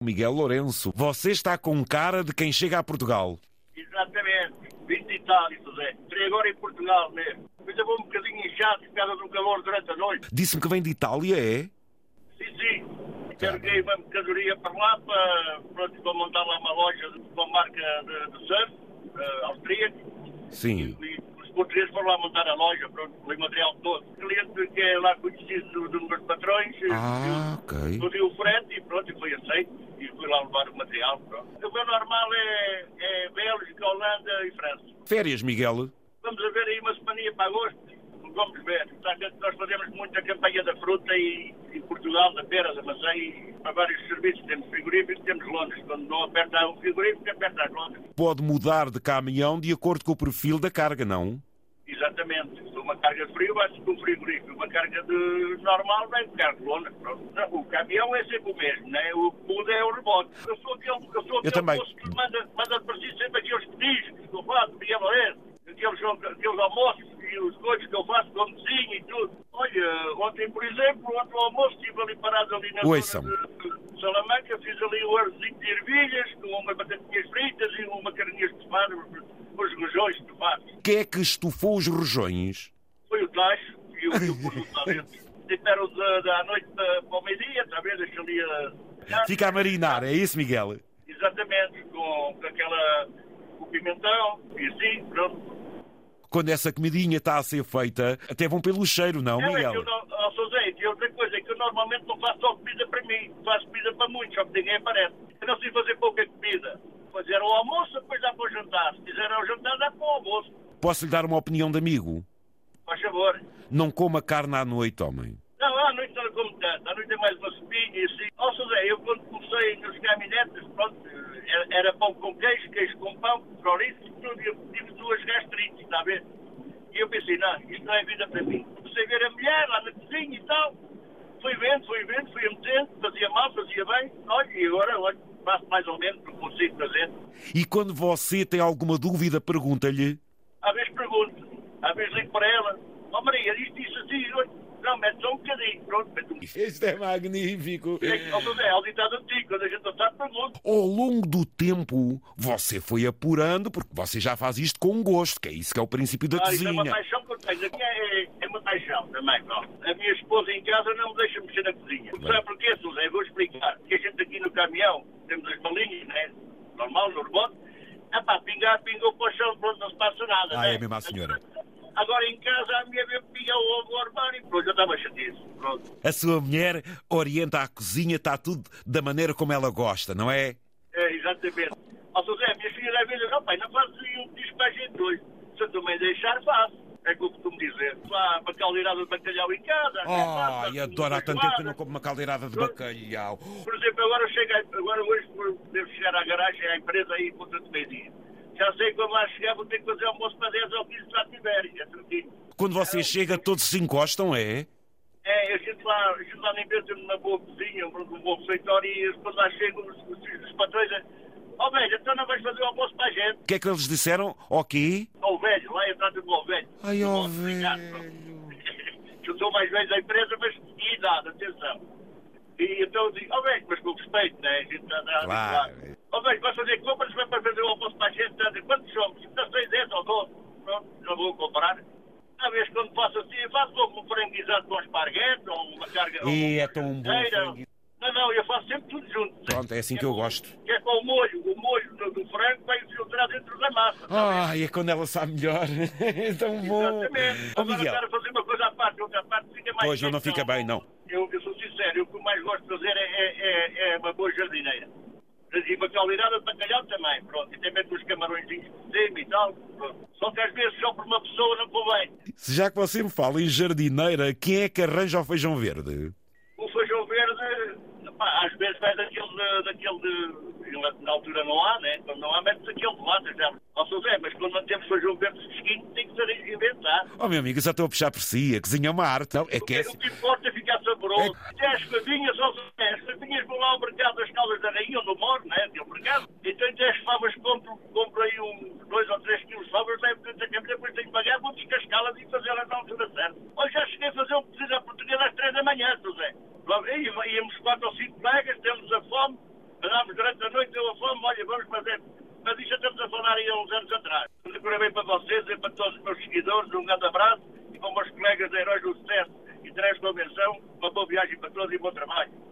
Miguel Lourenço. Você está com cara de quem chega a Portugal. Exatamente. Vim de Itália, José. Entrei é. agora em Portugal mesmo. Mas eu vou um bocadinho inchado por causa do um calor durante a noite. Disse-me que vem de Itália, é? Sim, sim. Carreguei uma mercadoria para lá para, pronto, para montar lá uma loja de uma marca de, de surf, eh, austríaca. Sim. E os portugueses foram lá montar a loja, pronto, com o material todo. O cliente que é lá conhecido do- dos meus patrões, Ah, eh, ok. pediu o frete e pronto, e foi aceito. E fui lá levar o material, pronto. O meu normal é, é Bélgica, Holanda e França. Férias, Miguel. Vamos a ver aí uma semana para agosto. Vamos ver. Está a ver que Nós fazemos muita campanha da fruta e, em Portugal, da pera, da maçã e há vários serviços. Temos frigoríficos, temos lonas. Quando não aperta o frigorífico, aperta as lonas. Pode mudar de caminhão de acordo com o perfil da carga, não? Exatamente. Uma carga de frio vai-se com frigorífico. Uma carga de normal vai com carga de lona. Pronto. Não, O caminhão é sempre o mesmo, né? O que muda é o rebote. Eu sou aquele, eu sou aquele também. moço que manda, manda para si sempre aqueles pedidos que eu faço, Miguel Lourenço, aqueles, aqueles almoços e os coisas que eu faço com vizinho e tudo. Olha, ontem, por exemplo, ontem ao almoço estive ali parado ali na Ouçam. zona de- de Salamanca, fiz ali um arrozinho de ervilhas com umas batatinhas fritas e uma carninha de tomate, uns rojões de tomate Quem é que estufou os rojões? foi o Tacho e o e o Bruno lá dentro. Tiveram da, da noite para, para o meio-dia, talvez deixa ali a. Fica a marinar, é isso, Miguel? Exatamente, com, com aquela. com o pimentão e assim, pronto. Quando essa comidinha está a ser feita, até vão pelo cheiro, não, Não, é que eu Miguel? não. Oh, José, que outra coisa é que eu normalmente não faço só comida para mim, faço comida para muitos, só que ninguém aparece. Eu não sei fazer pouca comida. Fazer ao almoço, depois dá para o jantar. Se fizer ao jantar, dá para o almoço. Posso lhe dar uma opinião de amigo? Faz favor. Não coma carne à noite, homem. Não, à noite não como tanto. À noite é mais uma sopinha e assim. Ó, José, eu quando comecei nos caminhonetes, pronto, era, era pão com queijo, queijo com pão, florice e tudo. Eu tive duas gastrites, está a ver? E eu pensei, não, isto não é vida para mim. Comecei a ver a mulher lá na cozinha e tal. Fui vendo, fui vendo, fui a metendo, fazia mal, fazia bem. Olha, e agora, olha, faço mais ou menos porque consigo fazer. E quando você tem alguma dúvida, pergunta-lhe. Às vezes pergunto, às vezes ligo para ela. Ó Maria, isto, isso, assim, olha. Não, mete só um bocadinho, pronto, mete um Isto é magnífico. É que, ó, José, é o ditado antigo, quando a gente não sabe, pergunta. Ao longo do tempo, você foi apurando, porque você já faz isto com gosto, que é isso que é o princípio da Ah, isso é uma cozinha. paixão que eu tenho. A minha é, é uma paixão também, não. A minha esposa em casa não me deixa mexer na cozinha. Sabe porquê, José? Eu Vou explicar. Que a gente aqui no caminhão, temos as balinhas, né? Normal, no rebote. Ah pá, pingar, pingou para o chão, pronto, não se passa nada, Ah, né? é mesmo à senhora. Agora em casa, a minha veio pingar o ovo ao armário, pronto, eu estava chatice, pronto. A sua mulher orienta a cozinha, está tudo da maneira como ela gosta, não é? É, exatamente. Ó, José, minha filha às vezes, não, pai, não fazes o que diz um para a gente hoje. Se eu também deixar, faço. É que eu costumo dizer. Lá, para caldeirada de bacalhau em casa. até faço, Ai, faço adoro há uma tanto tempo que eu feijoada. não como uma caldeirada de bacalhau. Por exemplo, agora eu chego, a- agora hoje por- devo chegar à garagem, à empresa aí, por tanto meio-dia. Já sei que quando lá chegar vou ter que fazer almoço para 10 ou 15 se lá tiverem, é tranquilo. Quando você chega, todos se encostam, é? É, a gente lá, a gente lá na empresa tem uma boa cozinha, um um bom refeitório e depois lá chegam os, os, os patrões a... Ó, velho, então não vais fazer o almoço para a gente? O que é que eles disseram? Ok? ao velho, lá atrás do meu velho. Ai, Eu ó posso ficar, pronto. velho. Eu sou mais velho da empresa, mas de idade, atenção. E então eu digo, ó velho, mas com respeito, né? A gente está a Claro. né? Ó velho, vais fazer compras, vai para fazer o almoço para a gente, tá? De quantos somos? Então, seis, dez ou doze. Pronto, já vou comprar. Às vezes quando faço assim, eu faço logo um franguizado com esparguete ou uma carga... ou E uma é tão bom carneira. frango. Não, não, eu faço sempre tudo junto. Pronto, é assim que eu gosto. Que é com o molho, o molho do, do frango vai infiltrar dentro da massa. tá vendo? Ai, é quando ela sabe melhor. É tão bom. Exatamente. Ó, Agora Miguel. quero fazer uma coisa à parte, outra parte fica mais. Pois, não, não fica bem, não. Eu, eu sou sincero, eu, o que mais gosto de fazer é, é, é- é uma boa jardineira. E bacalhau de bacalhau também, pronto. E também com os camarõezinhos de cima e tal. pronto. Só que às vezes só por uma pessoa não convém. Se já que você me fala em jardineira, quem é que arranja o feijão verde? O feijão verde, pá, às vezes vai daquele de. Daquele de na- na altura não há, né? Quando não há, mete daquele de lata já. Ó, José, mas quando não temos feijão verde fresquinho, tem que ser inventar. Oh, meu amigo, eu já estou a puxar por si. A cozinha é uma arte. Não, é que é... O que importa é ficar saboroso. Até as favinhas, ou seja, as favinhas vão lá ao mercado das Caldas da Rainha, onde eu moro, né? Tem um mercado. Então, 10 favas compro, compro aí um, 2 ou 3 quilos de favas, levo para a câmara, depois tenho que pagar, vou descascá-las e fazê-las na altura certa. Hoje já cheguei a fazer um pedido à portuguesa às 3 da manhã, José. Lá- E íamos 4 ou 5 colegas, temos a fome, a Andámos durante a noite pela fome, olha, vamos fazer. Mas isto estamos a falar aí há uns anos atrás. Um Segura bem para vocês e para todos os meus seguidores, um grande abraço e para os meus colegas de Heróis do Sucesso e três convenção, uma boa viagem para todos e bom trabalho.